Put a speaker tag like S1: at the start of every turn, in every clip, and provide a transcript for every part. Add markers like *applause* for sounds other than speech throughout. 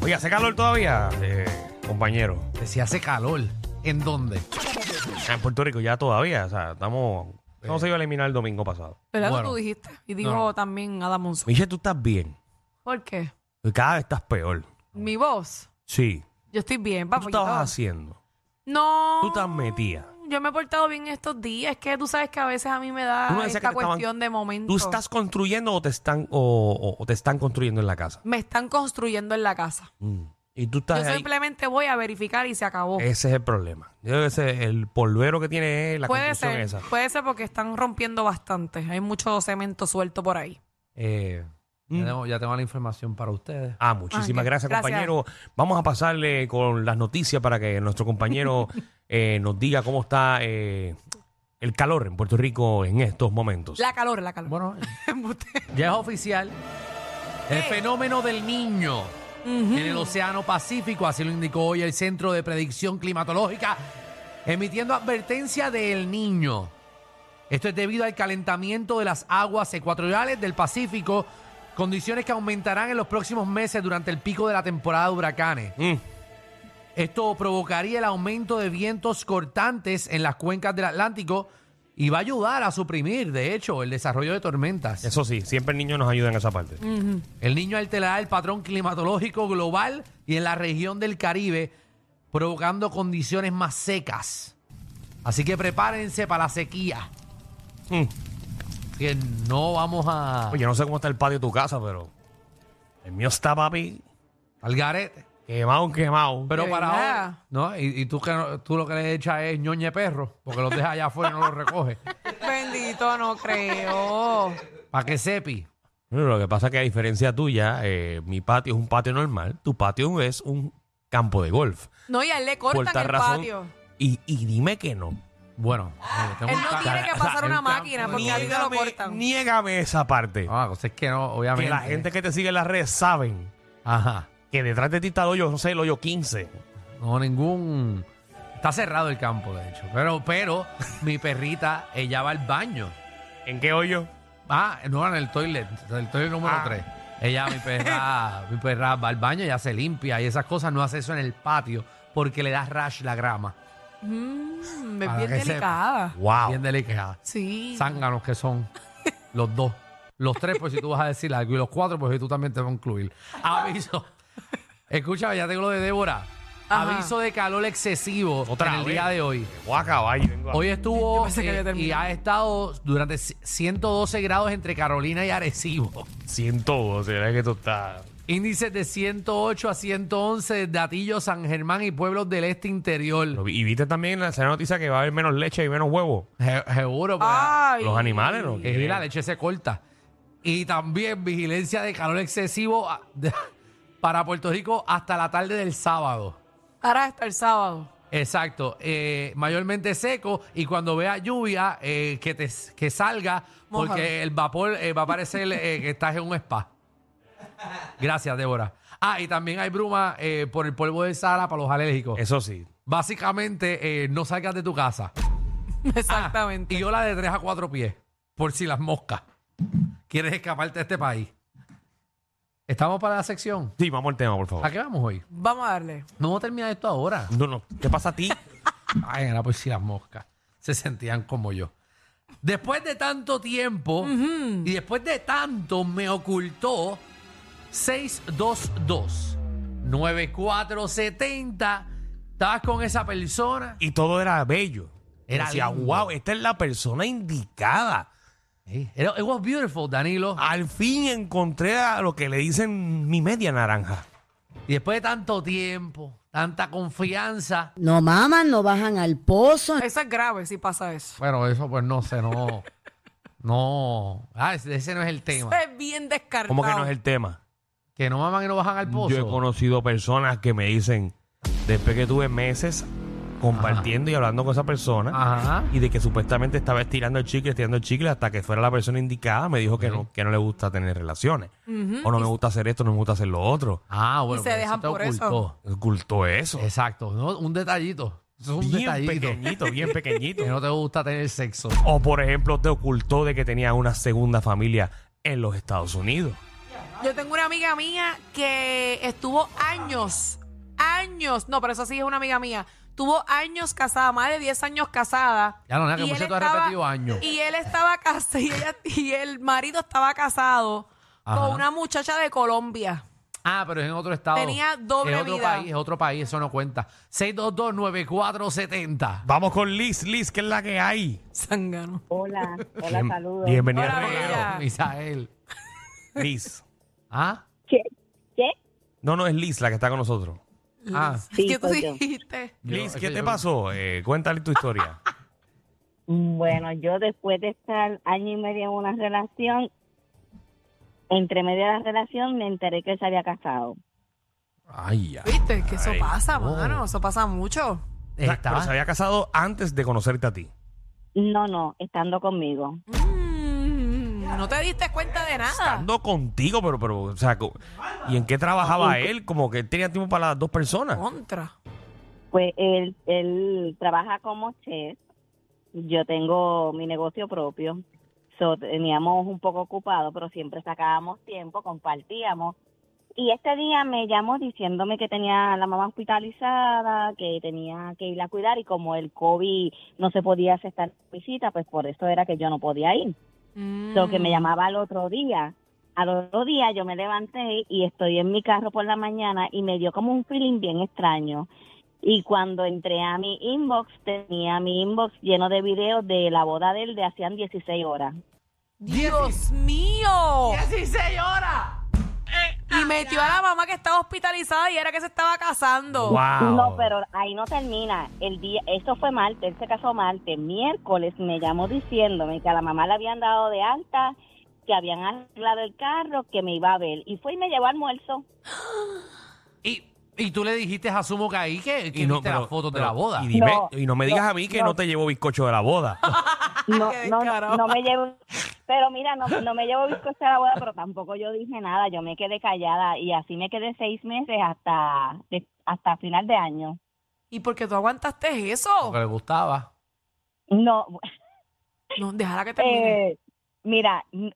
S1: Oye, ¿hace calor todavía, eh, compañero?
S2: Que Si hace calor, ¿en dónde?
S1: Ah, En Puerto Rico ya todavía, o sea, estamos... No se iba a eliminar el domingo pasado.
S3: ¿Verdad
S2: Bueno.
S3: que tú dijiste? Y dijo
S2: No, no.
S3: también Adam Monzón.
S1: Miche, tú estás bien.
S3: ¿Por qué?
S1: Cada vez estás peor.
S3: Mi voz.
S1: Sí.
S3: Yo estoy bien,
S1: ¿Qué tú
S3: papá.
S1: estabas haciendo?
S3: No.
S1: Tú estás metida.
S3: Yo me he portado bien estos días. Es que tú sabes que a veces a mí me da
S1: Tú me decías
S3: esta
S1: que te
S3: cuestión
S1: estaban-
S3: de momento.
S1: ¿Tú estás construyendo o te están, o, o- o te están construyendo en la casa?
S3: Me están construyendo en la casa.
S1: Mm. Y tú
S3: Yo Oh.
S1: estás ahí.
S3: simplemente voy a verificar y se acabó.
S1: Ese es el problema. Yo creo que ese es el polvero que tiene es la
S3: puede
S1: construcción
S3: ser.
S1: esa.
S3: Puede ser porque están rompiendo bastante. Hay mucho cemento suelto por ahí.
S1: Eh,
S3: Mm.
S2: Ya, tengo, ya tengo la información para ustedes.
S1: Ah, muchísimas
S3: Ah, qué-
S1: gracias,
S3: gracias.
S1: compañero. Vamos a pasarle con las noticias para que nuestro
S3: *laughs*
S1: compañero eh, nos diga cómo está eh, el calor en Puerto Rico en estos momentos.
S3: La calor, la calor.
S2: Bueno,
S3: *laughs* Embuste.
S2: ya es oficial. El fenómeno del niño en el Océano Pacífico, así lo indicó hoy el Centro de Predicción Climatológica, emitiendo advertencia del niño. Esto es debido al calentamiento de las aguas ecuatoriales del Pacífico, condiciones que aumentarán en los próximos meses durante el pico de la temporada de huracanes.
S1: Mm.
S2: Esto provocaría el aumento de vientos cortantes en las cuencas del Atlántico y va a ayudar a suprimir, de hecho, el desarrollo de tormentas.
S1: Eso sí, siempre el niño nos ayuda en esa parte.
S3: Mm.
S2: El niño alterará el patrón climatológico global y en la región del Caribe, provocando condiciones más secas. Así que prepárense para la sequía.
S1: Mm.
S2: Que no vamos a...
S1: Oye, no sé cómo está el patio de tu casa, pero el mío está, papi,
S2: Al garete.
S1: quemado, quemado.
S2: Pero
S3: De
S2: para
S3: verdad.
S2: ahora, ¿no? Y, y tú, que no- tú lo que le echas es ñoñe perro, porque los dejas allá afuera y no los
S3: *laughs*
S2: recoges.
S3: Bendito, no creo.
S2: Para que sepi.
S1: Bueno, lo que pasa es que a diferencia tuya, eh, mi patio es un patio normal, tu patio es un campo de golf.
S3: No, y a él le
S1: Por
S3: cortan
S1: tal
S3: el
S1: razón,
S3: patio.
S1: y, y dime que no.
S2: Bueno, eh, tengo
S3: Él
S2: un
S3: no
S2: ca-
S3: tiene que
S2: o sea, *laughs*
S3: pasar
S2: el
S3: una
S2: campo-
S3: máquina porque a ti te lo cortan.
S1: niégame esa parte.
S2: Ah, cosa es que no, obviamente.
S1: que la gente que te sigue en las redes saben
S2: Ajá.
S1: que detrás de ti está el hoyo, no sé, el hoyo 15.
S2: No, ningún. Está cerrado el campo, de hecho. Pero, pero, mi perrita, ella va al baño.
S1: ¿En qué hoyo?
S2: Ah, no, en el toilet. en El toilet número
S1: Ah.
S2: 3. Ella,
S1: *laughs*
S2: mi perra, mi perra va al baño, ya se limpia y esas cosas. No hace eso en el patio porque le da rash la grama.
S3: Mm, es
S2: Para
S3: bien
S2: que sepa.
S3: delicada.
S1: ¡Wow!
S2: Bien delicada.
S3: Sí.
S2: Zánganos que son los dos. Los tres, por si tú vas a decir algo. Y los cuatro, por si tú también te vas a incluir. Aviso. Escúchame, ya tengo lo de Débora.
S3: Ajá.
S2: Aviso de calor excesivo
S1: Otra
S2: en el
S1: vez.
S2: día de hoy.
S1: Voy a caballo. vengo a-
S2: Hoy
S3: Yo
S2: estuvo
S3: pensé que había
S2: eh, y
S3: terminado.
S2: ha estado durante c- 112 grados entre Carolina y Arecibo.
S1: 112, ¿verdad que tú estás?
S2: Índices de 108 a 111 desde Atillo, San Germán y pueblos del este interior.
S1: Lo vi- Y viste también la esa noticia que va a haber menos leche y menos huevo.
S2: Je- Seguro, pues,
S3: Ay.
S1: Los animales, ¿no?
S2: eh, la leche se corta. Y también vigilancia de calor excesivo a- de- *laughs* para Puerto Rico hasta la tarde del sábado.
S3: Ahora hasta
S2: *laughs*
S3: el sábado.
S2: Exacto, eh, mayormente seco y cuando vea lluvia eh, que te que salga
S3: Mójalo.
S2: porque el vapor eh, va a parecer eh, que estás en un spa. Gracias, Débora. Ah, y también hay bruma eh, por el polvo de Sahara para los alérgicos.
S1: Eso sí.
S2: Básicamente, eh, no salgas de tu casa.
S3: Exactamente.
S2: Ah, Y yo la de 3 a 4 pies, por si las moscas. ¿Quieres escaparte de este país? ¿Estamos para la sección?
S1: Sí, vamos al tema, por favor.
S2: ¿A qué vamos hoy?
S3: Vamos a darle.
S2: No vamos a terminar esto ahora.
S1: No, no. ¿Qué pasa a ti?
S2: Ay, era por si las moscas se sentían como yo. Después de tanto tiempo y después de tanto me ocultó 622 9470. Estabas con esa persona.
S1: y todo era bello.
S2: Era
S1: Decía,
S2: lindo.
S1: wow, esta es la persona indicada.
S2: Sí, era- It was beautiful, Danilo.
S1: Al fin encontré a lo que le dicen mi media naranja.
S2: Y después de tanto tiempo, tanta confianza.
S4: No maman, no bajan al pozo.
S3: Eso es grave si pasa eso.
S2: Bueno, eso pues no sé, no. No. Ah, ese ese no es el tema.
S3: Eso es bien descartado.
S1: Como que no es el tema.
S2: Que no maman y no bajan al pozo.
S1: Yo he conocido personas que me dicen, después que tuve meses compartiendo y hablando con esa persona,
S2: Ajá.
S1: y de que supuestamente estaba estirando el chicle, estirando el chicle, hasta que fuera la persona indicada, me dijo que, no, que no le gusta tener relaciones. O no me gusta hacer esto, no me gusta hacer lo otro.
S2: Ah, bueno.
S3: Y se
S2: pero
S3: dejan
S2: te
S3: por eso.
S2: ocultó.
S1: Ocultó eso.
S2: Exacto. ¿no? Un detallito. Eso es un
S1: bien
S2: detallito.
S1: pequeñito,
S2: *laughs*
S1: bien pequeñito.
S2: Que no te gusta tener sexo.
S1: O por ejemplo, te ocultó de que tenía una segunda familia en los Estados Unidos.
S3: Yo tengo una amiga mía que estuvo años, años, no, pero eso sí es una amiga mía. Tuvo años casada, más de 10 años casada.
S2: Ya, no, nena, que
S3: Y
S2: mucho
S3: él
S2: tú has
S3: estaba-
S2: repetido años.
S3: Y él estaba casado y, ella- y el marido estaba casado
S2: Ajá.
S3: con una muchacha de Colombia.
S2: Ah, pero es en otro estado.
S3: Tenía doble
S2: es otro
S3: vida.
S2: país, es otro país, eso no cuenta. 6229470.
S1: Vamos con Liz, Liz, que es la que hay.
S3: Sangano.
S5: Hola, hola,
S1: Bien-
S5: saludos.
S1: Bienvenida,
S3: Hola,
S1: al reguero.
S3: amiga.
S2: Misael.
S1: Liz.
S2: ¿Ah?
S5: ¿Qué? ¿Qué?
S1: No, no, es Liz la que está con nosotros.
S2: Ah.
S5: Sí,
S3: ¿Qué tú
S5: soy yo.
S3: dijiste?
S1: Liz,
S2: Yo-
S1: ¿qué
S2: yo-
S1: te
S2: *laughs*
S1: pasó? Eh, cuéntale tu historia.
S5: Bueno, yo después de estar año y medio en una relación, entre medio de la relación me enteré que él se había casado.
S2: Ay, ya.
S3: ¿Viste? Que eso
S1: Ay,
S3: pasa,
S2: no.
S3: mano. Eso pasa mucho.
S1: O sea,
S2: Estaba-
S1: Pero se había casado antes de conocerte a ti.
S5: No, no, estando conmigo.
S3: Mm, no te diste cuenta de
S5: Ah.
S3: nada.
S1: Estando contigo, pero, pero, o sea, co- ¿y en qué trabajaba él? Como que él tenía tiempo para las dos personas.
S3: Contra.
S5: Pues él, él trabaja como chef, yo tengo mi negocio propio, so, teníamos un poco ocupado, pero siempre sacábamos tiempo, compartíamos. Y este día me llamó diciéndome que tenía a la mamá hospitalizada, que tenía que ir a cuidar y como el COVID no se podía aceptar visita, pues por eso era que yo no podía ir.
S3: Mm.
S5: So, que me llamaba al otro día. Al otro día yo me levanté y estoy en mi carro por la mañana y me dio como un feeling bien extraño. Y cuando entré a mi inbox, tenía mi inbox lleno de videos de la boda de él de hacían 16 horas.
S3: Dios mío.
S2: ¡Sí, señora!
S3: Y metió a la mamá que estaba hospitalizada y era que se estaba casando.
S1: Wow.
S5: No, pero ahí no termina. El día, esto fue martes, él se casó martes. Miércoles me llamó diciéndome que a la mamá le habían dado de alta, que habían arreglado el carro, que me iba a ver. Y fue y me llevó a almuerzo.
S2: Y, y tú le dijiste a Sumo que ahí que, que
S1: Y no,
S2: viste
S1: pero-
S2: las fotos de
S1: pero-
S2: la boda.
S1: Y, dime-
S5: No,
S1: y no me digas
S5: no,
S1: a mí que no,
S5: no.
S1: te llevo bizcocho de la boda.
S5: no,
S3: Qué
S5: no,
S3: descarado.
S5: no, no me llevo, pero mira, no, no me llevo bizcocho a la boda, pero tampoco yo dije nada, yo me quedé callada y así me quedé seis meses hasta, de- hasta final de año.
S3: ¿Y por qué tú aguantaste eso?
S2: Porque le gustaba.
S5: No,
S3: No, déjala que termine.
S5: eh, mira, n-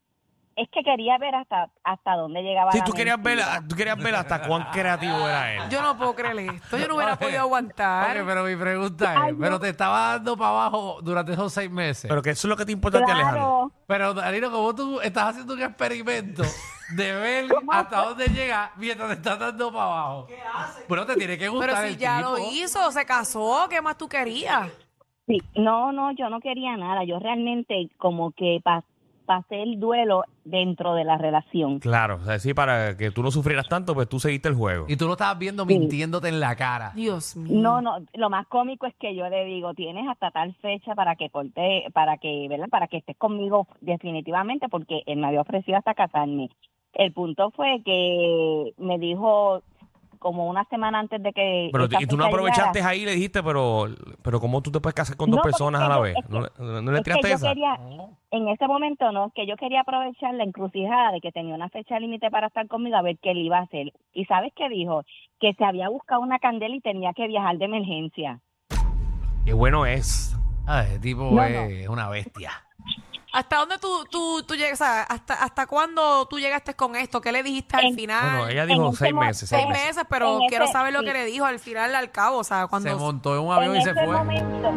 S5: es que quería ver hasta hasta dónde llegaba.
S1: Sí,
S5: la
S1: tú querías, ver, ah,
S5: mentira.
S1: tú querías ver hasta cuán creativo era él.
S3: Yo no puedo creer esto. Yo
S2: *laughs*
S3: no hubiera podido
S2: Ok,
S3: aguantar.
S2: pero mi pregunta es,
S5: Ay, no.
S2: pero te estaba dando para abajo durante esos seis meses. Pero,
S1: Pero que eso es lo que te importa a ti, Alejandro.
S5: Claro,
S2: Danilo, como tú estás haciendo un experimento de ver hasta dónde llega mientras te estás dando para abajo. ¿Qué haces? Bueno, te tiene que gustar
S3: Pero
S2: el
S3: si ya lo
S2: tipo.
S3: hizo, se casó, ¿qué más tú querías?
S5: sí, no, no, yo no quería nada, yo realmente como que pas- pasé el duelo dentro de la relación.
S1: Claro, o sea, sí, para que tú no sufrieras tanto, pues tú seguiste el juego.
S2: Y tú lo estabas viendo mintiéndote en la cara.
S3: Dios mío.
S5: No,
S1: Mm.
S5: no, lo más cómico es que yo le digo, tienes hasta tal fecha para que corte, para que, ¿verdad? Para que estés conmigo definitivamente porque él me había ofrecido hasta casarme. El punto fue que me dijo como una semana antes de que
S1: Pero,
S5: esta
S1: y tú no
S5: fecha
S1: aprovechaste
S5: llegara,
S1: ahí y le dijiste, pero, pero ¿cómo tú te puedes casar con dos
S5: No, porque
S1: personas a la
S5: yo-
S1: vez?
S5: es que-
S1: ¿No, le- no le
S5: es que
S1: tiraste
S5: yo
S1: esa?
S5: quería,
S2: No.
S5: en ese momento no, que yo quería aprovechar la encrucijada de que tenía una fecha límite para estar conmigo a ver qué él iba a hacer. Y sabes qué dijo, que se había buscado una candela y tenía que viajar de emergencia.
S1: Qué bueno es.
S2: Ah, ese tipo
S5: No,
S2: es una bestia.
S3: ¿Hasta dónde tú, tú, tú llegas? O sea, ¿Hasta, ¿Hasta cuándo tú llegaste con esto? ¿Qué le dijiste al
S5: En-
S3: final?
S1: Bueno, ella
S5: en
S1: dijo
S5: ese
S1: seis
S5: mo-
S1: meses.
S3: Seis
S1: seis meses.
S3: meses, pero
S5: en
S3: quiero
S5: ese-
S3: saber lo que
S5: sí.
S3: le dijo al final, al cabo. O sea,
S2: Se
S3: cuando...
S2: montó en un
S5: en
S2: avión y se
S5: ese
S2: fue.
S5: momento,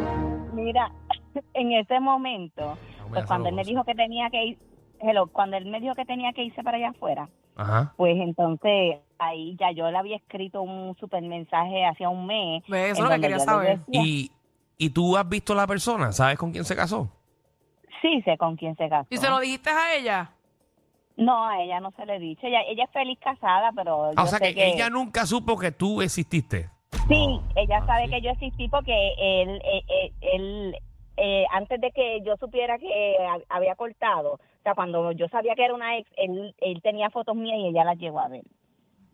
S5: mira, *laughs* en ese momento,
S2: No, mira,
S5: pues cuando él me
S2: sabroso.
S5: dijo que tenía que ir, hello, cuando él me dijo que tenía que irse para allá afuera,
S1: Ajá.
S5: pues entonces ahí ya yo le había escrito un super mensaje hace un mes.
S3: Ve, eso
S5: en
S3: es lo que
S5: donde
S3: quería
S5: yo le
S3: saber.
S5: decía-
S1: Y, y tú has visto a la persona, ¿sabes con quién se casó?
S5: Sí, sé con quién se casó.
S3: ¿Y se lo dijiste a ella?
S5: No, a ella no se le he dicho. Ella, ella es feliz casada, pero.
S1: Ah,
S5: yo
S1: o sea,
S5: sé
S1: que, ella nunca supo que tú exististe.
S5: Sí, ella
S2: Ah,
S5: sabe
S2: sí.
S5: que yo existí porque él, eh, eh, él, eh, antes de que yo supiera que eh, hab- había cortado, o sea, cuando yo sabía que era una ex, él, él tenía fotos mías y ella las llegó a ver.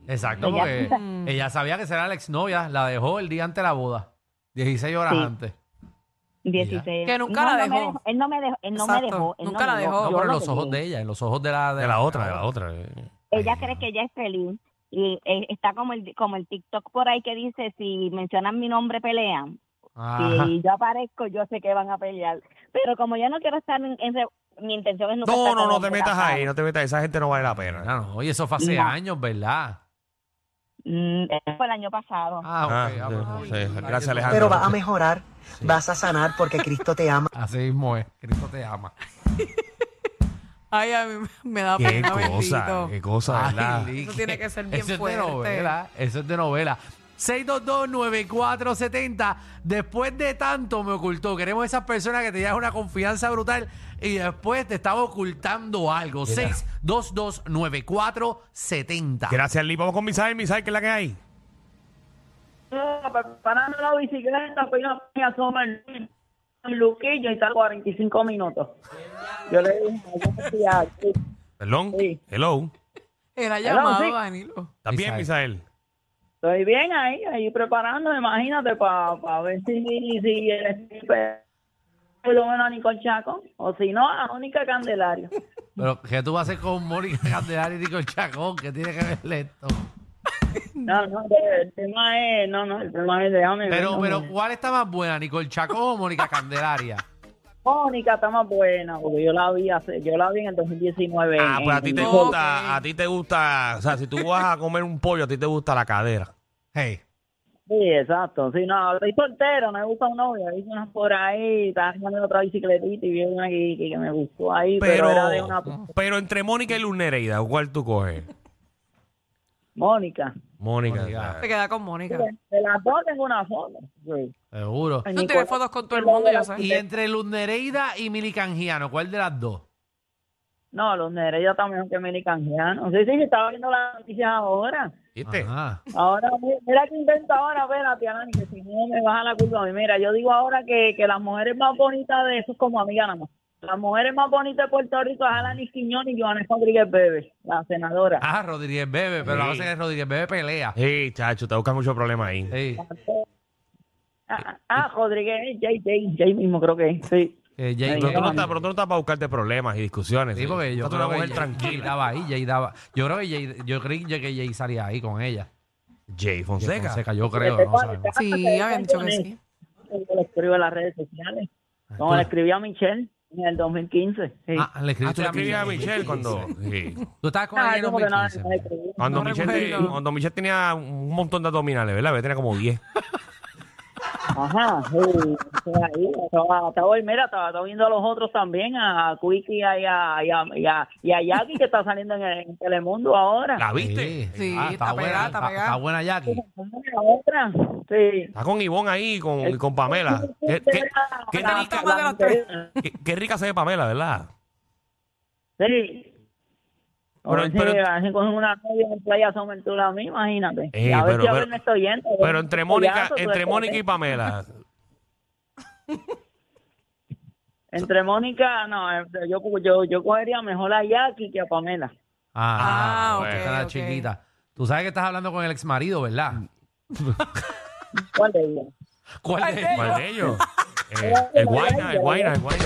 S2: Exacto,
S5: "Pues
S6: Ella-
S2: porque
S1: Eh,
S3: Mm.
S2: ella sabía que será la exnovia, la dejó el día antes de la boda, 16 horas
S6: Sí.
S2: antes.
S6: 16.
S3: Que nunca la
S6: no me
S3: dejó.
S6: él no me dejó. Él no me
S3: Exacto,
S6: dejó. él
S3: nunca la
S6: me
S3: dejó.
S2: No,
S6: yo
S2: pero en
S6: lo
S2: los ojos
S6: tenía.
S2: de ella, en los ojos de la...
S1: De la otra, de la otra. eh.
S6: Ella
S1: Ay,
S6: cree que ella es feliz. Y eh, está como el, como el TikTok por ahí que dice, si mencionan mi nombre, pelean.
S2: Ajá.
S6: Si yo aparezco, yo sé que van a pelear. Pero como yo no quiero estar en... en re- mi intención es nunca
S1: No,
S6: estar
S1: no,
S6: con
S1: no
S6: hombre
S1: te metas
S6: casado.
S1: ahí, no te metas, esa gente no vale la pena.
S2: Ah, no, oye, eso fue hace
S6: No.
S2: años, ¿verdad?
S6: Mm, eso fue el año pasado.
S2: Ah, ok.
S1: Ah,
S2: ah,
S1: sí,
S2: pues,
S1: sí,
S2: ay,
S1: gracias,
S2: eso-
S1: Alejandro.
S7: Pero vas a mejorar, vas a sanar porque Cristo te ama.
S2: Así mismo es, Cristo te ama.
S3: Ay, a mí me da
S1: Qué
S3: pena,
S1: cosa, eh.
S3: bendito.
S1: qué cosa,
S2: Ay,
S1: ¿verdad?
S2: Lique.
S3: Eso tiene que ser bien
S2: Eso
S3: fuerte.
S2: Es de novela, eso es de novela. 622-9470. Después de tanto me ocultó. Queremos esas personas que te llevan una confianza brutal y después te estaba ocultando algo. 622-9470.
S1: Gracias, Lee. Vamos con Misael, Misael, que es la que hay.
S5: Parando Ah, la bicicleta, pues yo me asomo el el luquillo y está 45 minutos. Yo le dije, yo me fui a-
S1: Perdón.
S5: Sí.
S1: Hello.
S3: Era
S5: Hello,
S3: llamado,
S5: sí.
S3: Danilo.
S1: ¿Estás bien, Misael?
S5: estoy bien ahí, ahí preparándome, imagínate, para ver si, si el stripper, por lo menos a Nicole Chaco, o si no, a Mónica Candelario.
S2: Pero, ¿qué tú vas a hacer con Mónica Candelaria y Nicole Chacón? ¿Qué tiene que ver esto?
S5: No, no, el tema es, no, no, el problema es, déjame ver,
S2: Pero,
S5: no,
S2: pero,
S5: no.
S2: ¿cuál está más buena, Nicole Chacón o Mónica Candelaria?
S5: Mónica está más buena, porque yo la vi hace, yo la vi en el 2019.
S1: Ah,
S5: en-
S1: pues a ti te
S5: en-
S1: gusta, a ti te gusta, o sea, si tú vas a comer un pollo, a ti te gusta la cadera.
S2: Hey.
S5: Sí, exacto. Sí, no, soy soltero, no me gusta un novio. Hay unas por ahí, estaba jugando otra bicicletita y vi una que, que- que me gustó ahí, pero,
S1: Pero,
S5: era de una
S1: pero entre Mónica y Luz Nereida, ¿cuál tú coges?
S5: Mónica.
S1: Mónica.
S2: Mónica.
S1: o sea,
S3: Se queda con Mónica.
S5: De las dos tengo una foto. Sí.
S2: Seguro.
S3: Tú tienes fotos con todo el mundo, yo sé.
S2: Y entre Luz Nereida y Mili Canjiano, ¿cuál de las dos?
S5: No, los Nereida también que me canjeanos. Sí, sí, sí, estaba viendo las noticias ahora.
S1: ¿Viste?
S2: Ajá.
S5: Ahora, mira que invento ahora, espérate, Anani, que si no me baja la culpa a mí. Mira, yo digo ahora que, que las mujeres más bonitas de eso es como amiga nada más. Las mujeres más bonitas de Puerto Rico es Alani Quiñón y Joana Rodríguez Bebe, la senadora.
S2: Ah, Rodríguez Bebe, pero la
S1: Sí.
S2: cosa es que Rodríguez Bebe pelea.
S1: Sí, chacho, te buscas mucho problema ahí.
S2: Sí.
S5: Ah, ah, Rodríguez, Jay, Jay, Jay mismo creo que es, sí.
S2: Eh, Jay-
S1: Pero tú, no estás, pero tú no estás para buscarte problemas y discusiones.
S2: Sí, porque yo
S1: Estás
S2: creo
S1: una
S2: que
S1: mujer
S2: Jay- Jay
S1: tranquila.
S2: daba ahí, Jay daba. Yo creo que Jay, yo creí que Jay salía ahí con ella.
S1: Jay Fonseca.
S2: Fonseca, yo creo, no sabemos.
S3: Sí, habían dicho que sí.
S5: Yo le escribo en las redes sociales, como le escribí a Michelle en el 2015. Sí.
S2: Ah, le
S1: Ah,
S2: escribiste
S1: tú le escribías a Michelle
S2: *laughs*
S1: cuando. sí.
S2: Tú estabas con
S5: Ah,
S2: ella en
S5: como que no,
S2: 2015.
S5: no le escribí.
S1: Cuando,
S3: No
S1: Michelle, te-
S3: recuerdo.
S1: cuando Michelle tenía un montón de abdominales, ¿verdad? Tenía como 10.
S5: Ajá, sí, estoy ahí, estaba, estaba- mira, estaba, estaba viendo a los otros también, a Quiki y a, y a, y a, y a- y a Jackie que está saliendo en, el- en Telemundo ahora.
S1: ¿La viste?
S2: Sí,
S3: Sí,
S2: Ah,
S3: está pegada, está pegada.
S2: Está buena Jackie.
S5: La otra, sí.
S1: Está con Ivonne ahí, con, y con Pamela. ¿Qué, qué- qué
S3: La
S1: rica,
S3: otra más de las tres.
S1: qué- qué rica se ve Pamela, ¿verdad?
S5: Sí.
S1: Pero-
S5: Pero, sí,
S1: pero-
S5: a ver, con una novia en playa Summer tú la mí, imagínate.
S1: Eh,
S5: Y a ver
S1: pero-
S5: si a
S1: pero-
S5: ver me estoy yendo. pues.
S1: Pero entre Mónica,
S5: Collazo, tú
S1: entre
S5: eres-
S1: Mónica y Pamela.
S5: Entre Mónica, no, entre- yo, yo, yo cogería mejor a Jackie que a Pamela.
S2: Ah,
S3: Ah,
S2: bueno,
S3: ok,
S2: está la
S3: ok.
S2: chiquita. Tú sabes que estás hablando con el ex marido, ¿verdad?
S5: ¿Cuál de ellas?
S2: ¿Cuál es?
S1: ¿Cuál de ellos? Eh, el Guayna, el Guayna, el Guayna.